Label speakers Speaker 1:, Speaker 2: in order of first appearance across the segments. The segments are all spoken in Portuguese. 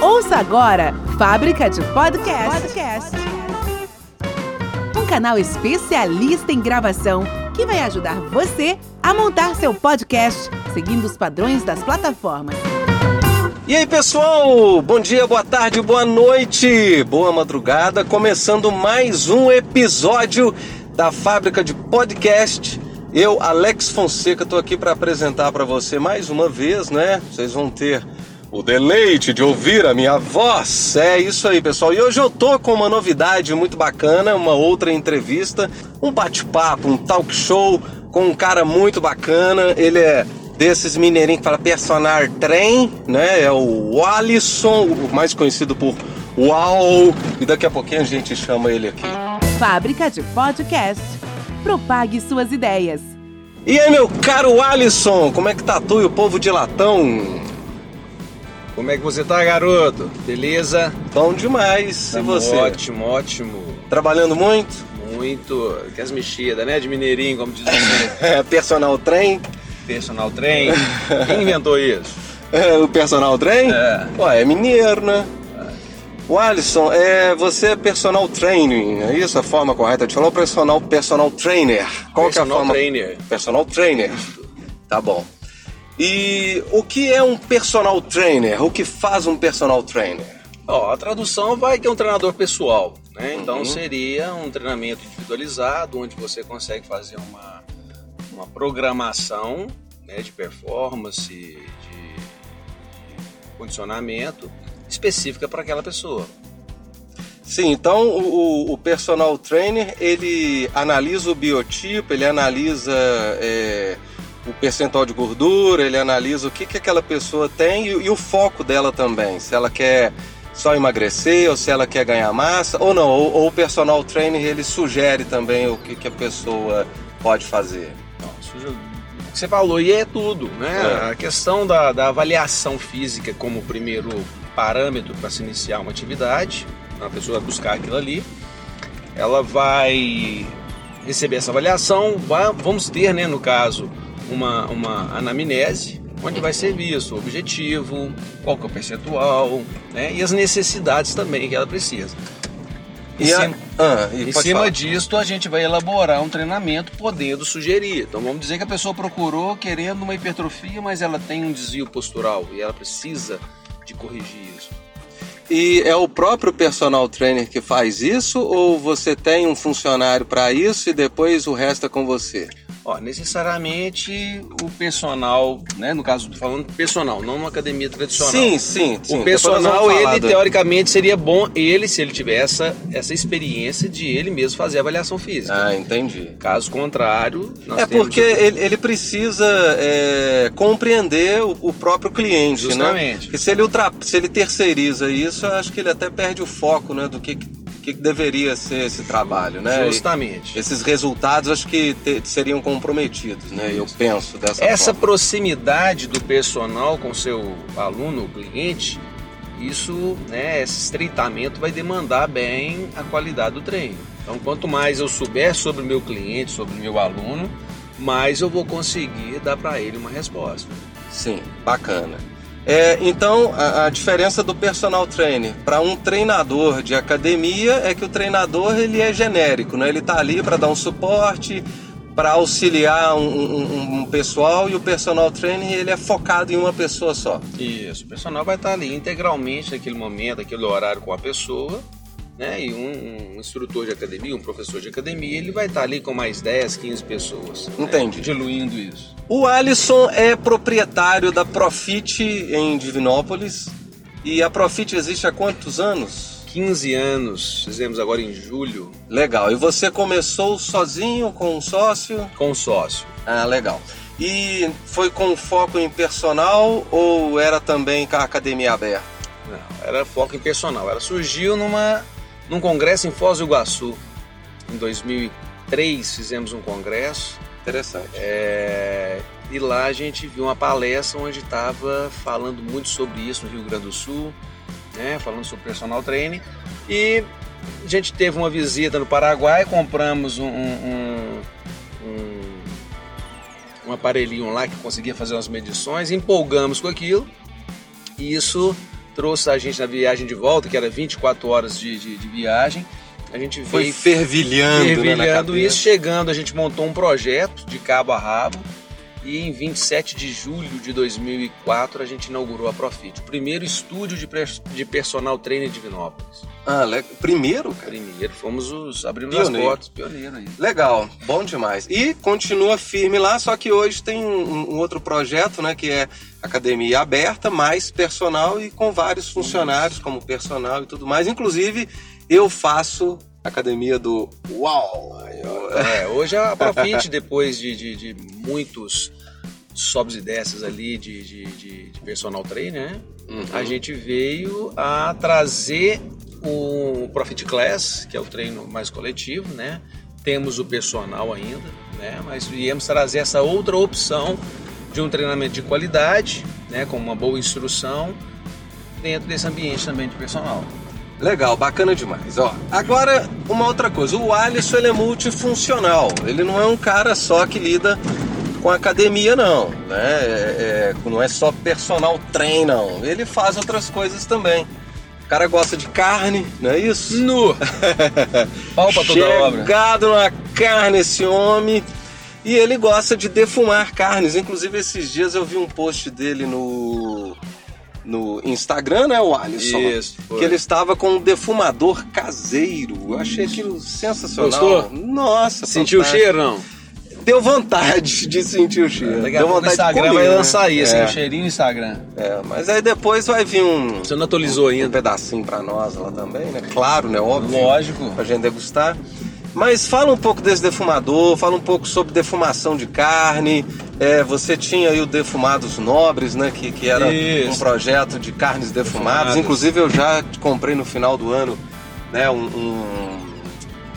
Speaker 1: Ouça agora Fábrica de Podcast. Podcast. Um canal especialista em gravação que vai ajudar você a montar seu podcast seguindo os padrões das plataformas.
Speaker 2: E aí pessoal, bom dia, boa tarde, boa noite, boa madrugada, começando mais um episódio da Fábrica de Podcast. Eu, Alex Fonseca, estou aqui para apresentar para você mais uma vez, né? Vocês vão ter o deleite de ouvir a minha voz. É isso aí, pessoal. E hoje eu tô com uma novidade muito bacana, uma outra entrevista, um bate-papo, um talk show com um cara muito bacana. Ele é desses mineirinhos que fala personar trem, né? É o Alisson, o mais conhecido por Uau. E daqui a pouquinho a gente chama ele aqui.
Speaker 1: Fábrica de Podcast. Propague suas ideias.
Speaker 2: E aí, meu caro Alisson, como é que tá tu e o povo de Latão?
Speaker 3: Como é que você tá, garoto? Beleza?
Speaker 2: Bom demais. e
Speaker 3: Tamo
Speaker 2: você?
Speaker 3: Ótimo, ótimo.
Speaker 2: Trabalhando muito?
Speaker 3: Muito. Que as mexidas, né? De mineirinho, como diz você.
Speaker 2: É, personal trem?
Speaker 3: Personal trem. Quem inventou isso?
Speaker 2: É, o personal trem?
Speaker 3: É.
Speaker 2: Ué, é mineiro, né? O Alisson, é, você é personal training, é isso a forma correta de falar? Ou personal, personal trainer? Qual que é a
Speaker 3: Personal
Speaker 2: forma?
Speaker 3: trainer.
Speaker 2: Personal trainer. Tá bom. E o que é um personal trainer? O que faz um personal trainer?
Speaker 3: Ó, a tradução vai que é um treinador pessoal, né? Então seria um treinamento individualizado, onde você consegue fazer uma, uma programação né, de performance, de, de condicionamento específica para aquela pessoa.
Speaker 2: Sim, então o, o- o personal trainer ele analisa o biotipo, ele analisa é, o percentual de gordura, ele analisa o que, que aquela pessoa tem e, e o foco dela também. Se ela quer só emagrecer ou se ela quer ganhar massa ou não. Ou, ou o personal trainer ele sugere também o que, que a pessoa pode fazer.
Speaker 3: Então, isso já- o que você falou, e é tudo, né?
Speaker 2: É.
Speaker 3: A questão da, da avaliação física como primeiro parâmetro para se iniciar uma atividade, a pessoa vai buscar aquilo ali, ela vai receber essa avaliação, va- vamos ter, né, no caso, uma, uma anamnese, onde vai ser visto o objetivo, qual que é o percentual, né, e as necessidades também que ela precisa.
Speaker 2: E
Speaker 3: Em
Speaker 2: a-
Speaker 3: cima-
Speaker 2: ah, e
Speaker 3: em
Speaker 2: pode
Speaker 3: cima
Speaker 2: falar.
Speaker 3: disto, a gente vai elaborar um treinamento podendo sugerir. Então vamos dizer que a pessoa procurou querendo uma hipertrofia, mas ela tem um desvio postural e ela precisa de corrigir isso.
Speaker 2: E é o próprio personal trainer que faz isso ou você tem um funcionário para isso e depois o resto é com você?
Speaker 3: Ó, necessariamente o personal, né, no caso tô falando personal, não uma academia tradicional.
Speaker 2: Sim, sim. sim. um Depois nós
Speaker 3: O personal,
Speaker 2: vamos falar
Speaker 3: ele
Speaker 2: do-
Speaker 3: teoricamente seria bom ele se ele tivesse essa, essa experiência de ele mesmo fazer a avaliação física.
Speaker 2: Ah, entendi.
Speaker 3: Caso contrário, nós
Speaker 2: é
Speaker 3: temos
Speaker 2: porque ele, ele precisa é, compreender o, o próprio cliente, né?
Speaker 3: justamente.
Speaker 2: Porque se ele, ultra, se ele terceiriza isso, eu acho que ele até perde o foco, né? Do que, que deveria ser esse trabalho, né? E
Speaker 3: Justamente.
Speaker 2: esses resultados acho que te- seriam comprometidos, né? Eu penso dessa
Speaker 3: Essa
Speaker 2: forma.
Speaker 3: proximidade do personal com seu aluno, cliente, isso, né, esse estreitamento vai demandar bem a qualidade do treino. Então, quanto mais eu souber sobre o meu cliente, sobre o meu aluno, mais eu vou conseguir dar para ele uma resposta.
Speaker 2: Sim, bacana. É, então, a, a diferença do personal trainer para um treinador de academia é que o treinador ele é genérico, né? ele está ali para dar um suporte, para auxiliar um, um- um pessoal e o personal trainer ele é focado em uma pessoa só.
Speaker 3: Isso, o personal vai estar ali integralmente naquele momento, naquele horário com a pessoa, né? E um, um instrutor de academia, um professor de academia, ele vai estar ali com mais 10, 15 pessoas. né,
Speaker 2: Entendi.
Speaker 3: Diluindo isso.
Speaker 2: O Alisson é proprietário da Profit em Divinópolis e a Profit existe há quantos anos?
Speaker 3: 15 anos, fizemos agora em julho,
Speaker 2: Legal. E você começou sozinho com um sócio?
Speaker 3: com sócio.
Speaker 2: Ah, legal. E foi com foco em personal ou era também com a academia aberta?
Speaker 3: Não, era foco em personal. Ela surgiu numa, num congresso em Foz do Iguaçu. Em 2003 fizemos um congresso
Speaker 2: Interessante.
Speaker 3: é, e lá a gente viu uma palestra onde estava falando muito sobre isso no Rio Grande do Sul, né, falando sobre personal training. E a gente teve uma visita no Paraguai, compramos um, um, um- um- um aparelhinho lá que conseguia fazer umas medições, empolgamos com aquilo. E isso trouxe a gente na viagem de volta, que era 24 horas de, de, de viagem. A gente
Speaker 2: Foi
Speaker 3: veio
Speaker 2: fervilhando, né, na
Speaker 3: fervilhando
Speaker 2: cabeça.
Speaker 3: isso, chegando, a gente montou um projeto de cabo a rabo. E em 27 de julho de 2004 a gente inaugurou a Profit, o primeiro estúdio de, pres- de personal trainer de Vinópolis.
Speaker 2: Ah, le- primeiro, cara.
Speaker 3: Primeiro, fomos os abrindo as
Speaker 2: Pioneiro.
Speaker 3: portas, pioneiro aí.
Speaker 2: Legal, bom demais. E continua firme lá, só que hoje tem um, um outro projeto, né, que é academia aberta, mais personal e com vários funcionários como personal e tudo mais. Inclusive, eu faço academia do UAU.
Speaker 3: É, hoje a Profit, depois de, de- de muitos sobes e desces ali de, de- de- de personal trainer, né?
Speaker 2: Uhum.
Speaker 3: a gente veio a trazer o Profit Class, que é o treino mais coletivo, né? Temos o personal ainda, né? Mas viemos trazer essa outra opção de um treinamento de qualidade, né? Com uma boa instrução dentro desse ambiente também de personal.
Speaker 2: Legal, bacana demais. Ó, agora uma outra coisa. O Alisson ele é multifuncional. Ele não é um cara só que lida com academia não, né? É- é, não é só personal train não. Ele faz outras coisas também. O cara gosta de carne, não é isso?
Speaker 3: Nu! Pau pra toda obra.
Speaker 2: Chegado na carne esse homem. E ele gosta de defumar carnes. Inclusive, esses dias eu vi um post dele no, no Instagram, né, o Alisson?
Speaker 3: Isso, foi.
Speaker 2: Que ele estava com um defumador caseiro. Eu achei aquilo sensacional.
Speaker 3: Gostou?
Speaker 2: Nossa,
Speaker 3: Sentiu o
Speaker 2: fantástico.
Speaker 3: cheiro, não?
Speaker 2: Deu vontade de sentir o cheiro.
Speaker 3: Daqui a
Speaker 2: Deu
Speaker 3: pouco o
Speaker 2: vontade
Speaker 3: Instagram
Speaker 2: de comer,
Speaker 3: vai
Speaker 2: né?
Speaker 3: lançar isso, hein? O
Speaker 2: É,
Speaker 3: cheirinho do Instagram.
Speaker 2: é, mas aí depois vai vir um,
Speaker 3: Você não atualizou
Speaker 2: um
Speaker 3: ainda?
Speaker 2: pedacinho pra nós lá também, né? Claro, né? Óbvio
Speaker 3: Lógico.
Speaker 2: pra gente degustar. Mas fala um pouco desse defumador, fala um pouco sobre defumação de carne. É, você tinha aí o Defumados Nobres, né? Que, que era
Speaker 3: Isso.
Speaker 2: um projeto de carnes defumadas.
Speaker 3: Defumadas.
Speaker 2: Inclusive eu já comprei no final do ano, né? Um, um-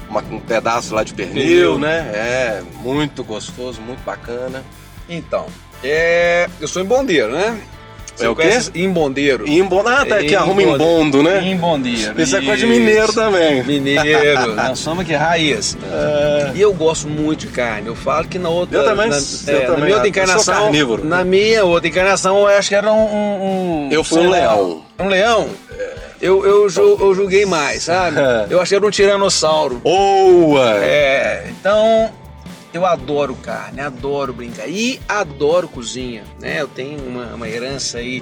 Speaker 2: uma- um pedaço lá de pernil,
Speaker 3: Pernil.
Speaker 2: né? É, muito gostoso, muito bacana.
Speaker 3: Então, é... eu sou imbondeiro, né?
Speaker 2: É o quê?
Speaker 3: conhece Imbondeiro.
Speaker 2: E imbonata, que arruma embondo, né?
Speaker 3: Imbondeiro.
Speaker 2: Isso é coisa de mineiro também.
Speaker 3: Mineiro, nós somos aqui raiz. E eu gosto muito de carne. Eu falo que na outra.
Speaker 2: É. Eu também,
Speaker 3: na,
Speaker 2: eu
Speaker 3: é,
Speaker 2: também,
Speaker 3: na minha outra
Speaker 2: eu sou
Speaker 3: encarnação.
Speaker 2: carnívoro.
Speaker 3: Na minha outra encarnação, eu acho que era um. um- um-
Speaker 2: Eu fui um
Speaker 3: sei lá,
Speaker 2: leão.
Speaker 3: Um leão? Eu, eu, ju- eu julguei mais, sabe?
Speaker 2: É.
Speaker 3: Eu achei que era um tiranossauro.
Speaker 2: Boa!
Speaker 3: É, então eu adoro carne, adoro brincar e adoro cozinha, né? Eu tenho uma, uma herança aí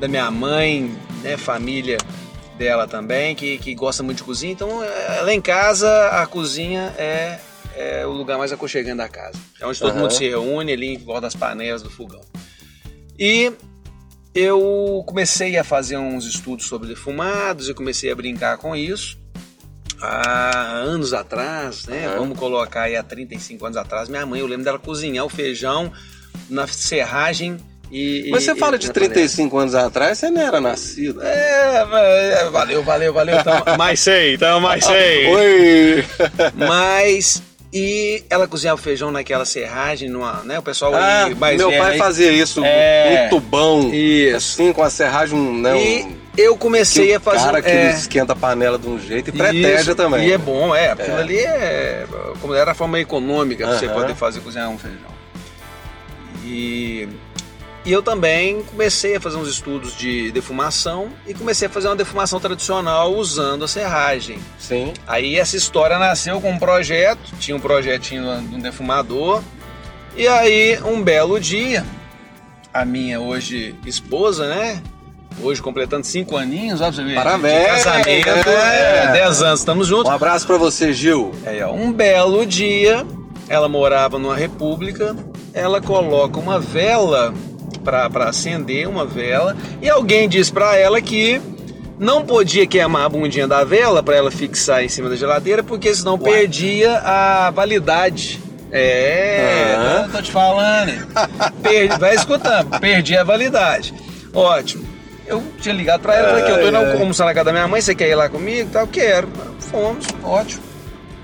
Speaker 3: da minha mãe, né? Família dela também, que, que gosta muito de cozinha. Então, é, lá em casa, a cozinha é, é o lugar mais aconchegante da casa. É onde todo
Speaker 2: Aham.
Speaker 3: mundo se reúne ali em volta das panelas do fogão. E eu comecei a fazer uns estudos sobre defumados e comecei a brincar com isso há anos atrás, né?
Speaker 2: Aham.
Speaker 3: Vamos colocar aí há 35 anos atrás. Minha mãe, eu lembro dela cozinhar o feijão na serragem e.
Speaker 2: Mas
Speaker 3: e-
Speaker 2: você
Speaker 3: e-
Speaker 2: fala de
Speaker 3: na
Speaker 2: 35 anos atrás, você não era nascido.
Speaker 3: panela. É, mas- é, valeu, valeu, valeu. Então, mais sei, então mais sei.
Speaker 2: Oi!
Speaker 3: Mas. E ela cozinhava o feijão naquela serragem, numa, né? O pessoal
Speaker 2: Ah,
Speaker 3: aí mais
Speaker 2: meu
Speaker 3: velho
Speaker 2: pai
Speaker 3: aí-
Speaker 2: fazia isso,
Speaker 3: É.
Speaker 2: um tubão,
Speaker 3: Isso.
Speaker 2: assim, com a serragem, um, né, um-
Speaker 3: E eu comecei
Speaker 2: que
Speaker 3: a fazer.
Speaker 2: cara que
Speaker 3: é.
Speaker 2: esquenta a panela de um jeito e
Speaker 3: Isso,
Speaker 2: preteja também.
Speaker 3: E é bom, é. Aquilo
Speaker 2: É.
Speaker 3: ali é. Como era a forma econômica pra você
Speaker 2: Aham.
Speaker 3: poder fazer cozinhar um feijão. E, e eu também comecei a fazer uns estudos de defumação e comecei a fazer uma defumação tradicional usando a serragem.
Speaker 2: Sim.
Speaker 3: Aí essa história nasceu com um projeto, tinha um projetinho de um defumador. E aí, um belo dia, a minha hoje esposa, né? Hoje completando cinco aninhos, ó, pra você ver.
Speaker 2: Parabéns!
Speaker 3: De casamento,
Speaker 2: É.
Speaker 3: é, dez anos, estamos
Speaker 2: Um
Speaker 3: juntos.
Speaker 2: abraço pra você, Gil.
Speaker 3: Aí, ó, um belo dia, ela morava numa república, ela coloca uma vela pra, pra acender uma vela, e alguém diz pra ela que não podia queimar a bundinha da vela pra ela fixar em cima da geladeira, porque senão
Speaker 2: Uai.
Speaker 3: perdia a validade. É,
Speaker 2: Aham.
Speaker 3: tô, tô te falando. Perdi, vai escutando, perdi a validade. Ótimo. Eu tinha ligado pra ela, falei que eu tô indo
Speaker 2: Ai, ai.
Speaker 3: almoçar na casa da minha mãe, você quer ir lá comigo? Tá, eu quero. Fomos, ótimo.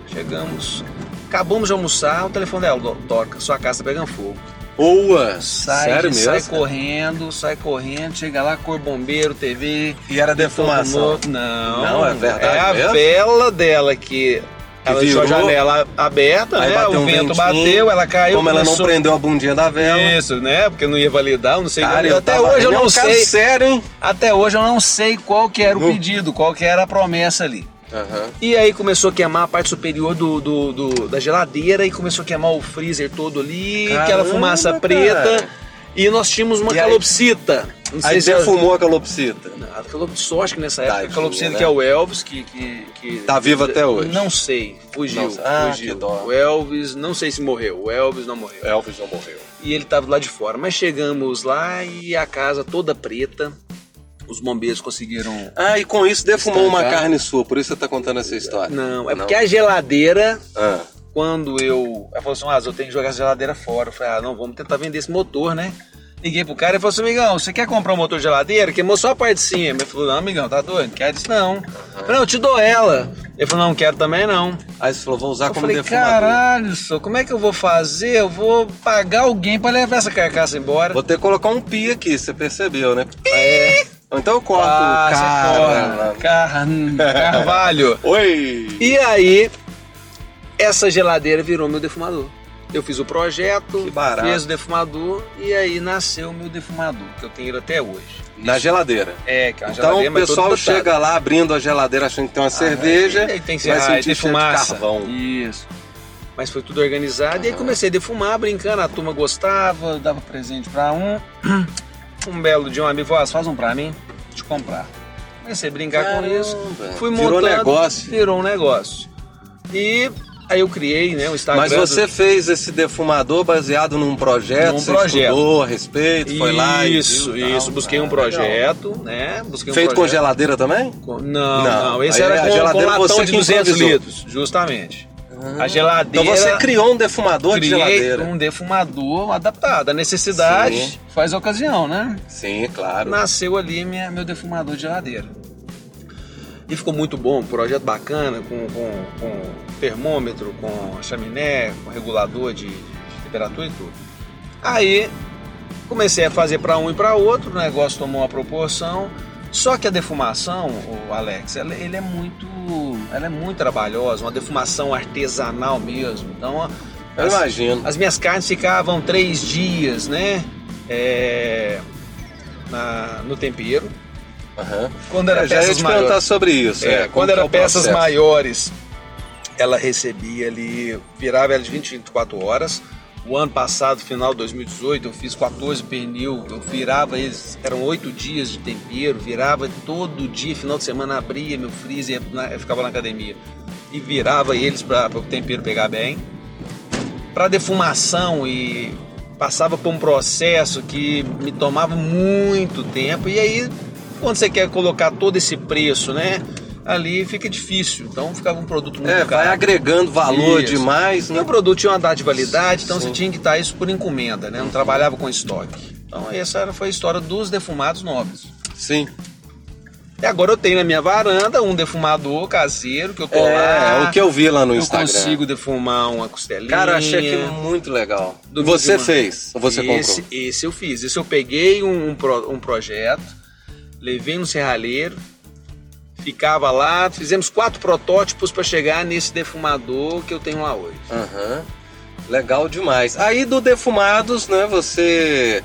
Speaker 3: Chegamos. Acabamos de almoçar, o telefone dela do- toca, sua casa tá pegando fogo.
Speaker 2: Boa!
Speaker 3: Sai,
Speaker 2: Sério mesmo?
Speaker 3: sai correndo, sai correndo, chega lá, cor bombeiro, TV.
Speaker 2: E era
Speaker 3: todo
Speaker 2: defumação.
Speaker 3: mundo- Não,
Speaker 2: Não, é verdade
Speaker 3: É a
Speaker 2: mesmo?
Speaker 3: vela dela que Ela deixou a
Speaker 2: virou.
Speaker 3: janela aberta,
Speaker 2: Aí
Speaker 3: né?
Speaker 2: bateu
Speaker 3: O
Speaker 2: um ventinho,
Speaker 3: vento bateu, ela caiu.
Speaker 2: Como ela não
Speaker 3: começou-
Speaker 2: prendeu a bundinha da vela.
Speaker 3: Isso, né? Porque não ia validar, eu não sei.
Speaker 2: Cara,
Speaker 3: eu-
Speaker 2: eu
Speaker 3: até
Speaker 2: tava-
Speaker 3: hoje eu
Speaker 2: ele é
Speaker 3: não
Speaker 2: um cara
Speaker 3: sei.
Speaker 2: sério, hein?
Speaker 3: Até hoje eu não sei qual que era o
Speaker 2: Não.
Speaker 3: pedido, qual que era a promessa ali. E aí começou a queimar a parte superior do, do- do- da geladeira e começou a queimar o freezer todo ali, aquela
Speaker 2: Caramba,
Speaker 3: fumaça
Speaker 2: cara.
Speaker 3: preta. E nós tínhamos uma
Speaker 2: E aí-
Speaker 3: calopsita. Não
Speaker 2: Aí
Speaker 3: se eu-
Speaker 2: defumou a calopsita.
Speaker 3: Ah, Calopsita, eu acho que nessa época,
Speaker 2: Tadinha,
Speaker 3: calopsita
Speaker 2: né?
Speaker 3: que é o Elvis, que, que, que-
Speaker 2: Tá vivo até hoje.
Speaker 3: Não sei, fugiu,
Speaker 2: Não sei. Ah,
Speaker 3: fugiu.
Speaker 2: que dó.
Speaker 3: O Elvis, não sei se morreu, o Elvis não morreu.
Speaker 2: Elvis não morreu.
Speaker 3: E ele tava lá de fora, mas chegamos lá e a casa toda preta, os bombeiros conseguiram...
Speaker 2: Ah, e com isso defumou uma
Speaker 3: Estancar.
Speaker 2: carne sua, por isso você tá contando essa história.
Speaker 3: Não, é porque a geladeira
Speaker 2: Ah,
Speaker 3: quando eu. Ela falou assim: ah, eu tenho que jogar essa geladeira fora. Eu falei: ah, não, vamos tentar vender esse motor, né? Liguei pro cara e falou assim: amigão, você quer comprar um motor de geladeira? Queimou só a parte de cima. Ele falou: não, amigão, tá doido? Quer isso não. Eu falei, não, eu te dou ela. Ele falou: não, quero também não.
Speaker 2: Aí você falou, vou usar
Speaker 3: Eu
Speaker 2: Tá como
Speaker 3: falei:
Speaker 2: defumador.
Speaker 3: caralho, só, como é que eu vou fazer? Eu vou pagar alguém pra levar essa carcaça embora.
Speaker 2: Vou ter que colocar um pi aqui, você percebeu, né?
Speaker 3: É,
Speaker 2: Ou então eu corto
Speaker 3: ah,
Speaker 2: o cara.
Speaker 3: você corre. Car... hum, Carvalho.
Speaker 2: Oi!
Speaker 3: E aí, essa geladeira virou meu defumador. Eu fiz o projeto,
Speaker 2: Que barato.
Speaker 3: fiz o defumador e aí nasceu o meu defumador, que eu tenho ele até hoje.
Speaker 2: Na geladeira.
Speaker 3: É, que é uma
Speaker 2: Então o
Speaker 3: geladeira, mas
Speaker 2: pessoal
Speaker 3: toda tratada.
Speaker 2: chega lá abrindo a geladeira achando que tem uma
Speaker 3: Ah,
Speaker 2: cerveja.
Speaker 3: e aí tem que ser
Speaker 2: vai
Speaker 3: ah, é
Speaker 2: sentir cheiro de
Speaker 3: defumaça.
Speaker 2: carvão.
Speaker 3: Isso. Mas foi tudo organizado e aí comecei a defumar, brincando, a turma gostava, eu dava presente pra um. Um belo de um amigo falou, "Ah, faz um pra mim, vou te comprar. Comecei a brincar com isso.
Speaker 2: Caramba,
Speaker 3: Fui
Speaker 2: É, Virou
Speaker 3: montando,
Speaker 2: negócio.
Speaker 3: Virou um negócio. E aí eu criei, né, o Instagram.
Speaker 2: Mas você fez esse defumador baseado num projeto,
Speaker 3: Num
Speaker 2: você
Speaker 3: projeto.
Speaker 2: estudou a respeito, foi lá e
Speaker 3: Isso,
Speaker 2: viu, tal.
Speaker 3: isso. Busquei um
Speaker 2: Ah, legal.
Speaker 3: projeto, né? Busquei um
Speaker 2: Feito com
Speaker 3: projeto.
Speaker 2: geladeira também?
Speaker 3: com Não,
Speaker 2: Não,
Speaker 3: não, Esse
Speaker 2: aí
Speaker 3: era
Speaker 2: a
Speaker 3: com, com
Speaker 2: geladeira
Speaker 3: latão
Speaker 2: você
Speaker 3: de
Speaker 2: que
Speaker 3: 200
Speaker 2: improvisou.
Speaker 3: litros, justamente. A geladeira...
Speaker 2: Então você criou um defumador de
Speaker 3: Criei
Speaker 2: geladeira.
Speaker 3: um defumador adaptado. A necessidade
Speaker 2: Sim.
Speaker 3: faz a ocasião, né?
Speaker 2: Sim, claro.
Speaker 3: Nasceu ali minha, meu defumador de geladeira. E ficou muito bom, um projeto bacana, com, com, com termômetro, com chaminé, com regulador de, de temperatura e tudo. Aí comecei a fazer para um e para outro, o negócio tomou uma proporção. Só que a defumação, o Alex, ela, ele é muito, ela é muito trabalhosa, uma defumação artesanal mesmo. Então, a-
Speaker 2: Eu imagino.
Speaker 3: as minhas carnes ficavam três dias, né? é, na- no tempero.
Speaker 2: Aham.
Speaker 3: Quando era
Speaker 2: É, já ia
Speaker 3: peças
Speaker 2: te perguntar
Speaker 3: maiores.
Speaker 2: sobre isso.
Speaker 3: É,
Speaker 2: é, como
Speaker 3: quando
Speaker 2: que é
Speaker 3: era
Speaker 2: o
Speaker 3: peças
Speaker 2: processo.
Speaker 3: maiores, ela recebia ali, virava ela de 20 em 24 horas. O ano passado, final de 2018, eu fiz 14 pernil, eu virava eles, eram oito dias de tempero, virava todo dia, final de semana abria meu freezer, na- eu ficava na academia e virava eles para o tempero pegar bem. Para defumação e passava por um processo que me tomava muito tempo e aí quando você quer colocar todo esse preço, né, ali fica difícil. Então ficava um produto muito
Speaker 2: É, vai
Speaker 3: caro.
Speaker 2: agregando valor
Speaker 3: Isso.
Speaker 2: demais,
Speaker 3: E
Speaker 2: né?
Speaker 3: o produto tinha uma data de validade, então
Speaker 2: Sim. Uhum.
Speaker 3: você tinha que estar isso por encomenda, né? Não trabalhava com estoque. Então essa era- foi a história dos defumados nobres.
Speaker 2: Sim.
Speaker 3: E agora eu tenho na minha varanda um defumador caseiro que eu tô
Speaker 2: É,
Speaker 3: lá.
Speaker 2: o que eu vi lá no
Speaker 3: eu
Speaker 2: Instagram.
Speaker 3: consigo defumar uma costelinha.
Speaker 2: Cara, achei aquilo muito legal.
Speaker 3: Domingo
Speaker 2: Você
Speaker 3: de manhã.
Speaker 2: fez, ou você
Speaker 3: esse,
Speaker 2: comprou?
Speaker 3: Esse eu fiz. Esse eu peguei um, um pro- um projeto, levei no serralheiro, ficava lá, fizemos quatro protótipos para chegar nesse defumador que eu tenho lá hoje.
Speaker 2: Aham. Legal demais. Aí do Defumados, né, você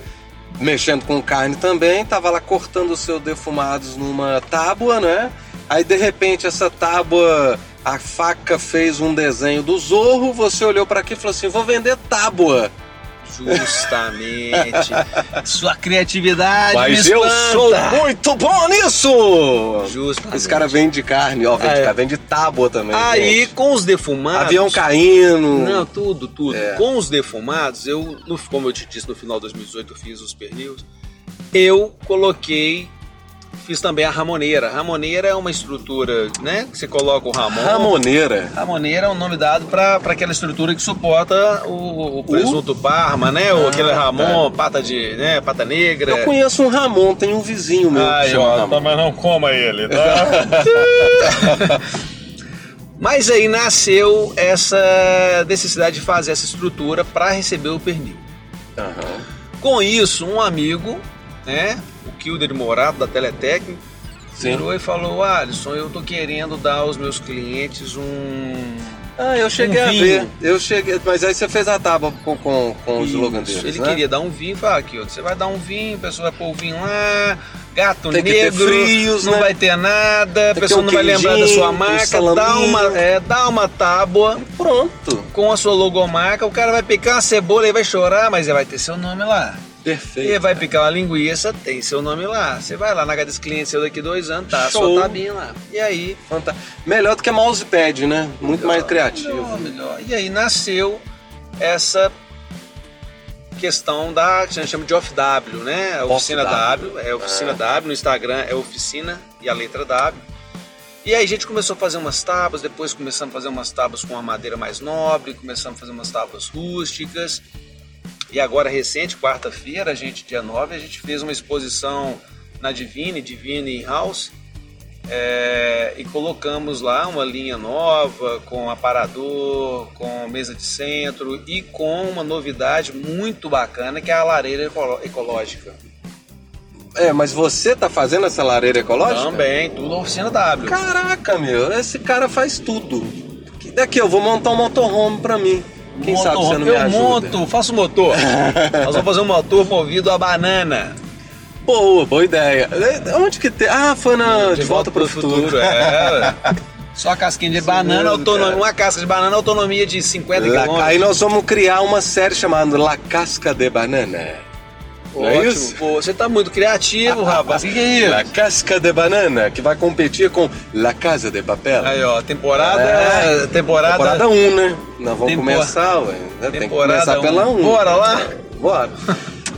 Speaker 2: mexendo com carne também, tava lá cortando o seu Defumados numa tábua, né? Aí de repente essa tábua, a faca fez um desenho do Zorro, você olhou pra aqui e falou assim: "Vou vender tábua".
Speaker 3: Justamente. Sua criatividade
Speaker 2: Mas
Speaker 3: me
Speaker 2: eu
Speaker 3: espanta.
Speaker 2: sou muito bom nisso.
Speaker 3: Justamente.
Speaker 2: Esse cara vende carne, ó, vende,
Speaker 3: Ah, é.
Speaker 2: carne, vende tábua também.
Speaker 3: Aí,
Speaker 2: gente.
Speaker 3: com os defumados...
Speaker 2: avião caindo.
Speaker 3: Não, tudo, tudo.
Speaker 2: É.
Speaker 3: Com os defumados, eu, no- como eu te disse, no final de 2018 eu fiz os pernil. Eu coloquei, fiz também a ramoneira. Ramoneira é uma estrutura, né? Que você coloca o ramon.
Speaker 2: Ramoneira.
Speaker 3: Ramoneira é um nome dado para aquela estrutura que suporta o, o presunto parma, né? Ou aquele ramon, pata de, né? Pata negra.
Speaker 2: Eu conheço um Ramon, tem um vizinho meu que
Speaker 3: Ai,
Speaker 2: chama
Speaker 3: ó,
Speaker 2: Ramon.
Speaker 4: Mas não coma ele, tá?
Speaker 3: Mas aí nasceu essa necessidade de fazer essa estrutura para receber o pernil.
Speaker 2: Aham.
Speaker 3: Com isso, um amigo, né, o Kilder Morato da Teletec,
Speaker 2: Sim.
Speaker 3: virou e falou: Alisson, eu tô querendo dar aos meus clientes um
Speaker 2: Ah, eu cheguei
Speaker 3: Um
Speaker 2: a
Speaker 3: vinho.
Speaker 2: ver. Eu cheguei, mas aí você fez a tábua com, com, com o slogan
Speaker 3: Isso,
Speaker 2: deles,
Speaker 3: Ele
Speaker 2: né?
Speaker 3: queria dar um vinho e falar aqui, ó, você vai dar um vinho, a pessoa vai pôr o vinho lá, gato
Speaker 2: Tem que ter
Speaker 3: negro,
Speaker 2: frios,
Speaker 3: não
Speaker 2: né?
Speaker 3: vai ter nada, a
Speaker 2: que
Speaker 3: pessoa
Speaker 2: ter um
Speaker 3: não vai lembrar da
Speaker 2: queijinho,
Speaker 3: sua
Speaker 2: um
Speaker 3: marca, dá,
Speaker 2: salaminho.
Speaker 3: uma, é, dá uma tábua
Speaker 2: Pronto.
Speaker 3: com a sua logomarca, o cara vai picar uma cebola e vai chorar, mas ele vai ter seu nome lá. Ele
Speaker 2: Perfeito.
Speaker 3: vai picar uma linguiça, tem seu nome lá. Você vai lá na casa desse cliente seu daqui dois anos, tá,
Speaker 2: Show.
Speaker 3: sua tabinha lá. E aí,
Speaker 2: É, Fanta- Melhor do que mousepad, né? Muito mais
Speaker 3: Melhor,
Speaker 2: criativo.
Speaker 3: melhor. E aí nasceu essa questão da que a gente chama de OFW, né? A oficina
Speaker 2: OFW.
Speaker 3: W, é oficina W, no Instagram é oficina e a letra W. E aí a gente começou a fazer umas tábuas, depois começamos a fazer umas tábuas com uma madeira mais nobre, começamos a fazer umas tábuas rústicas. E agora recente, quarta-feira, a gente dia 9, a gente fez uma exposição na Divine, Divine House, é, e colocamos lá uma linha nova com aparador, com mesa de centro e com uma novidade muito bacana que é a lareira eco- ecológica.
Speaker 2: É, mas você tá fazendo essa lareira ecológica?
Speaker 3: Também, tudo oficina W.
Speaker 2: Caraca, meu, esse cara faz tudo. Que- Daqui, eu vou montar um motorhome pra mim. Quem sabe você não me
Speaker 3: eu
Speaker 2: ajuda?
Speaker 3: monto, faço motor. Nós vamos fazer um motor movido a banana.
Speaker 2: Boa, boa ideia. É, Onde que tem? Ah, foi na De, Volta, para pro
Speaker 3: pro
Speaker 2: Futuro.
Speaker 3: é. Só casquinha de banana,
Speaker 2: mesmo,
Speaker 3: autonomia,
Speaker 2: cara.
Speaker 3: uma casca de banana, autonomia de 50
Speaker 2: La-
Speaker 3: quilômetros.
Speaker 2: Aí nós vamos criar uma série chamada La Casca de Banana. Não é
Speaker 3: Ótimo,
Speaker 2: isso?
Speaker 3: pô, você tá muito criativo, rapaz. O que, que é isso?
Speaker 2: La Casca de Banana, que vai competir com La Casa de Papel.
Speaker 3: Aí, ó, temporada.
Speaker 2: É.
Speaker 3: Temporada.
Speaker 2: Temporada 1, um, né? Nós vamos
Speaker 3: Tempo-
Speaker 2: começar, ué. né? Tem que
Speaker 3: Temporada
Speaker 2: começar pela
Speaker 3: um.
Speaker 2: 1.
Speaker 3: Bora lá?
Speaker 2: Bora.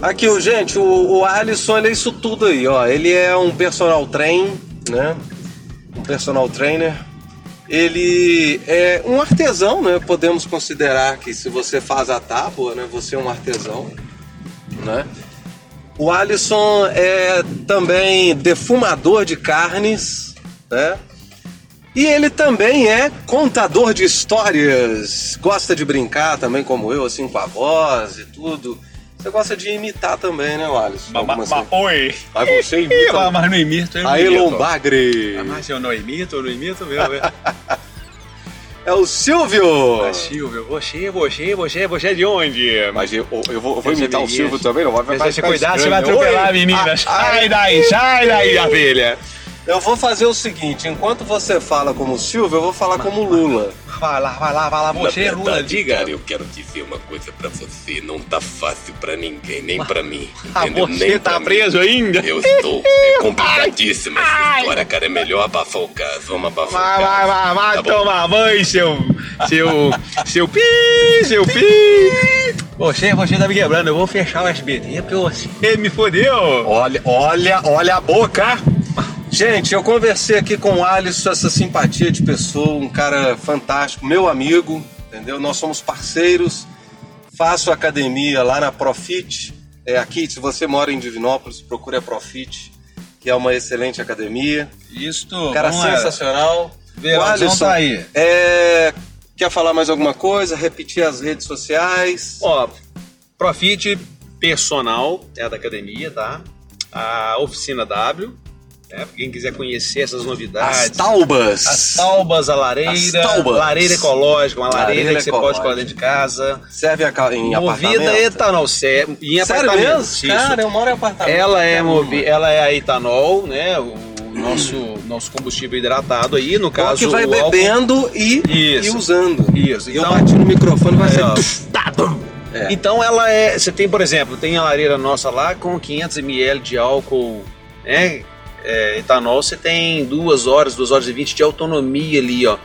Speaker 2: Aqui, o- gente, o, o Alisson, ele é isso tudo aí, ó. Ele é um personal train, né? Um personal trainer. Ele é um artesão, né? Podemos considerar que se você faz a tábua, né? Você é um artesão, né? O Alisson é também defumador de carnes, né? E ele também é contador de histórias. Gosta de brincar também, como eu, assim, com a voz e tudo. Você gosta de imitar também, né, Alisson?
Speaker 4: Mas-
Speaker 2: Algumas
Speaker 4: Mas mas- oi.
Speaker 2: Aí você imita.
Speaker 4: Mas não imito, eu não
Speaker 2: Aí,
Speaker 4: imito.
Speaker 2: Lombagre.
Speaker 4: Mas eu não imito, eu não imito mesmo. é.
Speaker 2: É o Silvio.
Speaker 4: Mas Silvio, você, você, você, você é de onde?
Speaker 2: Mas eu, eu vou, eu vou
Speaker 4: Esse
Speaker 2: imitar o
Speaker 4: menino.
Speaker 2: Silvio também, não vai
Speaker 4: Mas
Speaker 2: vai
Speaker 4: você
Speaker 2: ficar
Speaker 4: cuidado, você vai
Speaker 2: estranho. né?
Speaker 4: atropelar
Speaker 2: Oi.
Speaker 4: meninas.
Speaker 2: Ah,
Speaker 4: Sai daí, sai daí, abelha.
Speaker 2: Eu vou fazer o seguinte, enquanto você fala como Silvio, eu vou falar como Lula.
Speaker 3: Vai lá, vai lá, vai lá,
Speaker 4: eh,
Speaker 3: você,
Speaker 5: Na
Speaker 3: Lula,
Speaker 5: verdade,
Speaker 3: diga.
Speaker 5: Cara, eu quero dizer uma coisa pra você. Não tá fácil pra ninguém, nem pra mim.
Speaker 4: Ah,
Speaker 5: entendeu?
Speaker 4: você
Speaker 5: nem pra
Speaker 4: tá
Speaker 5: mim.
Speaker 4: preso ainda?
Speaker 5: Eu estou. É complicadíssima essa história, cara. É melhor abafar o caso. Vamos abafar o
Speaker 4: Vai,
Speaker 5: caso.
Speaker 4: vai, vai, vai então.
Speaker 5: Tá bom.
Speaker 4: tomar banho, seu. Seu. Seu pi, seu pi.
Speaker 3: Você, você tá me quebrando, eu vou fechar o SBT porque você.
Speaker 4: Ele me fodeu.
Speaker 2: Olha, olha, olha a boca! Gente, eu conversei aqui com o Alisson, essa simpatia de pessoa, um cara fantástico, meu amigo, entendeu? Nós somos parceiros, faço academia lá na Profit. É, aqui, se você mora em Divinópolis, procure a Profit, que é uma excelente academia.
Speaker 3: Isso,
Speaker 2: Cara sensacional.
Speaker 3: Verãozão
Speaker 2: O Alisson,
Speaker 3: tá aí.
Speaker 2: é, quer falar mais alguma coisa? Repetir as redes sociais?
Speaker 3: Ó, Profit Personal é a da academia, tá? A Oficina W, né? Pra quem quiser conhecer essas
Speaker 2: As
Speaker 3: novidades.
Speaker 2: taubas.
Speaker 3: As taubas, a
Speaker 2: As
Speaker 3: lareira,
Speaker 2: taubas.
Speaker 3: lareira ecológica, uma lareira,
Speaker 2: Lareira
Speaker 3: que você
Speaker 2: ecológica.
Speaker 3: pode pôr dentro de casa.
Speaker 2: Serve a ca- em apartamento?
Speaker 3: Movida etanol, sé-
Speaker 2: Sério
Speaker 3: em apartamento.
Speaker 2: mesmo?
Speaker 3: Isso.
Speaker 2: Cara, eu moro em apartamento.
Speaker 3: Ela é,
Speaker 2: Cara,
Speaker 3: movi ela é a etanol, né? O nosso, nosso combustível hidratado aí, no
Speaker 2: Só
Speaker 3: caso.
Speaker 2: que vai
Speaker 3: o álcool.
Speaker 2: bebendo e, e
Speaker 3: Isso.
Speaker 2: usando.
Speaker 3: Isso,
Speaker 2: E eu
Speaker 3: então-
Speaker 2: bati no microfone, vai
Speaker 3: É,
Speaker 2: ser...
Speaker 3: ó.
Speaker 2: Tá, bum. É.
Speaker 3: Então ela é. Você tem, por exemplo, tem a lareira nossa lá com 500 ml de álcool, né? é, etanol, você tem 2 horas, 2 horas e 20 de autonomia ali, ó.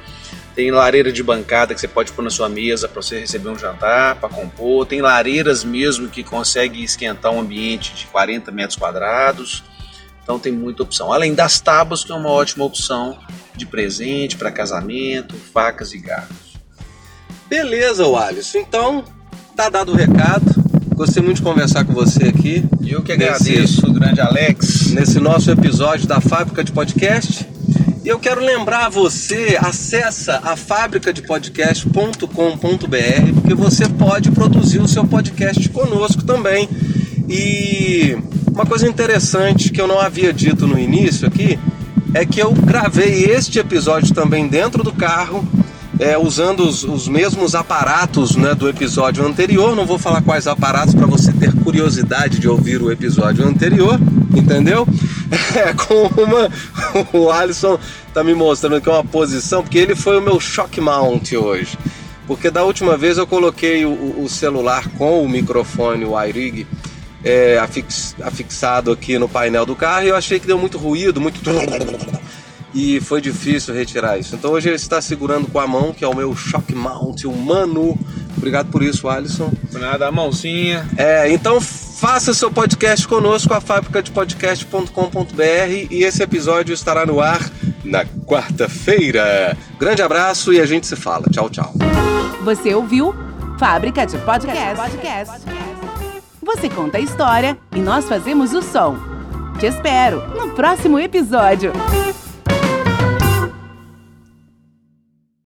Speaker 3: Tem lareira de bancada que você pode pôr na sua mesa para você receber um jantar, para compor. Tem lareiras mesmo que consegue esquentar um ambiente de 40 metros quadrados. Então tem muita opção. Além das tábuas, que é uma ótima opção de presente para casamento, facas e garfos.
Speaker 2: Beleza, o Alisson. Então, tá dado o recado. Gostei muito de conversar com você aqui.
Speaker 3: E eu que
Speaker 2: Nesse-
Speaker 3: agradeço, grande Alex.
Speaker 2: nesse nosso episódio da Fábrica de Podcast. E eu quero lembrar a você, acessa a fabricadepodcast.com.br, porque você pode produzir o seu podcast conosco também. E uma coisa interessante que eu não havia dito no início aqui é que eu gravei este episódio também dentro do carro é, usando os, os mesmos aparatos né, do episódio anterior. Não vou falar quais aparatos para você ter curiosidade de ouvir o episódio anterior, entendeu? É, com uma. O Alisson tá me mostrando que é uma posição, porque ele foi o meu shock mount hoje. Porque da última vez eu coloquei o, o celular com o microfone, o iRig, é, afix- afixado aqui no painel do carro e eu achei que deu muito ruído, muito. E foi difícil retirar isso. Então hoje ele está segurando com a mão, que é o meu shock mount humano. Obrigado por isso, Alisson.
Speaker 3: Por nada, a mãozinha.
Speaker 2: É, então faça seu podcast conosco, a fábrica de podcast.com.br e esse episódio estará no ar na quarta-feira. Grande abraço e a gente se fala. Tchau, tchau.
Speaker 1: Você ouviu Fábrica de Podcast. Você conta a história e nós fazemos o som. Te espero no próximo episódio.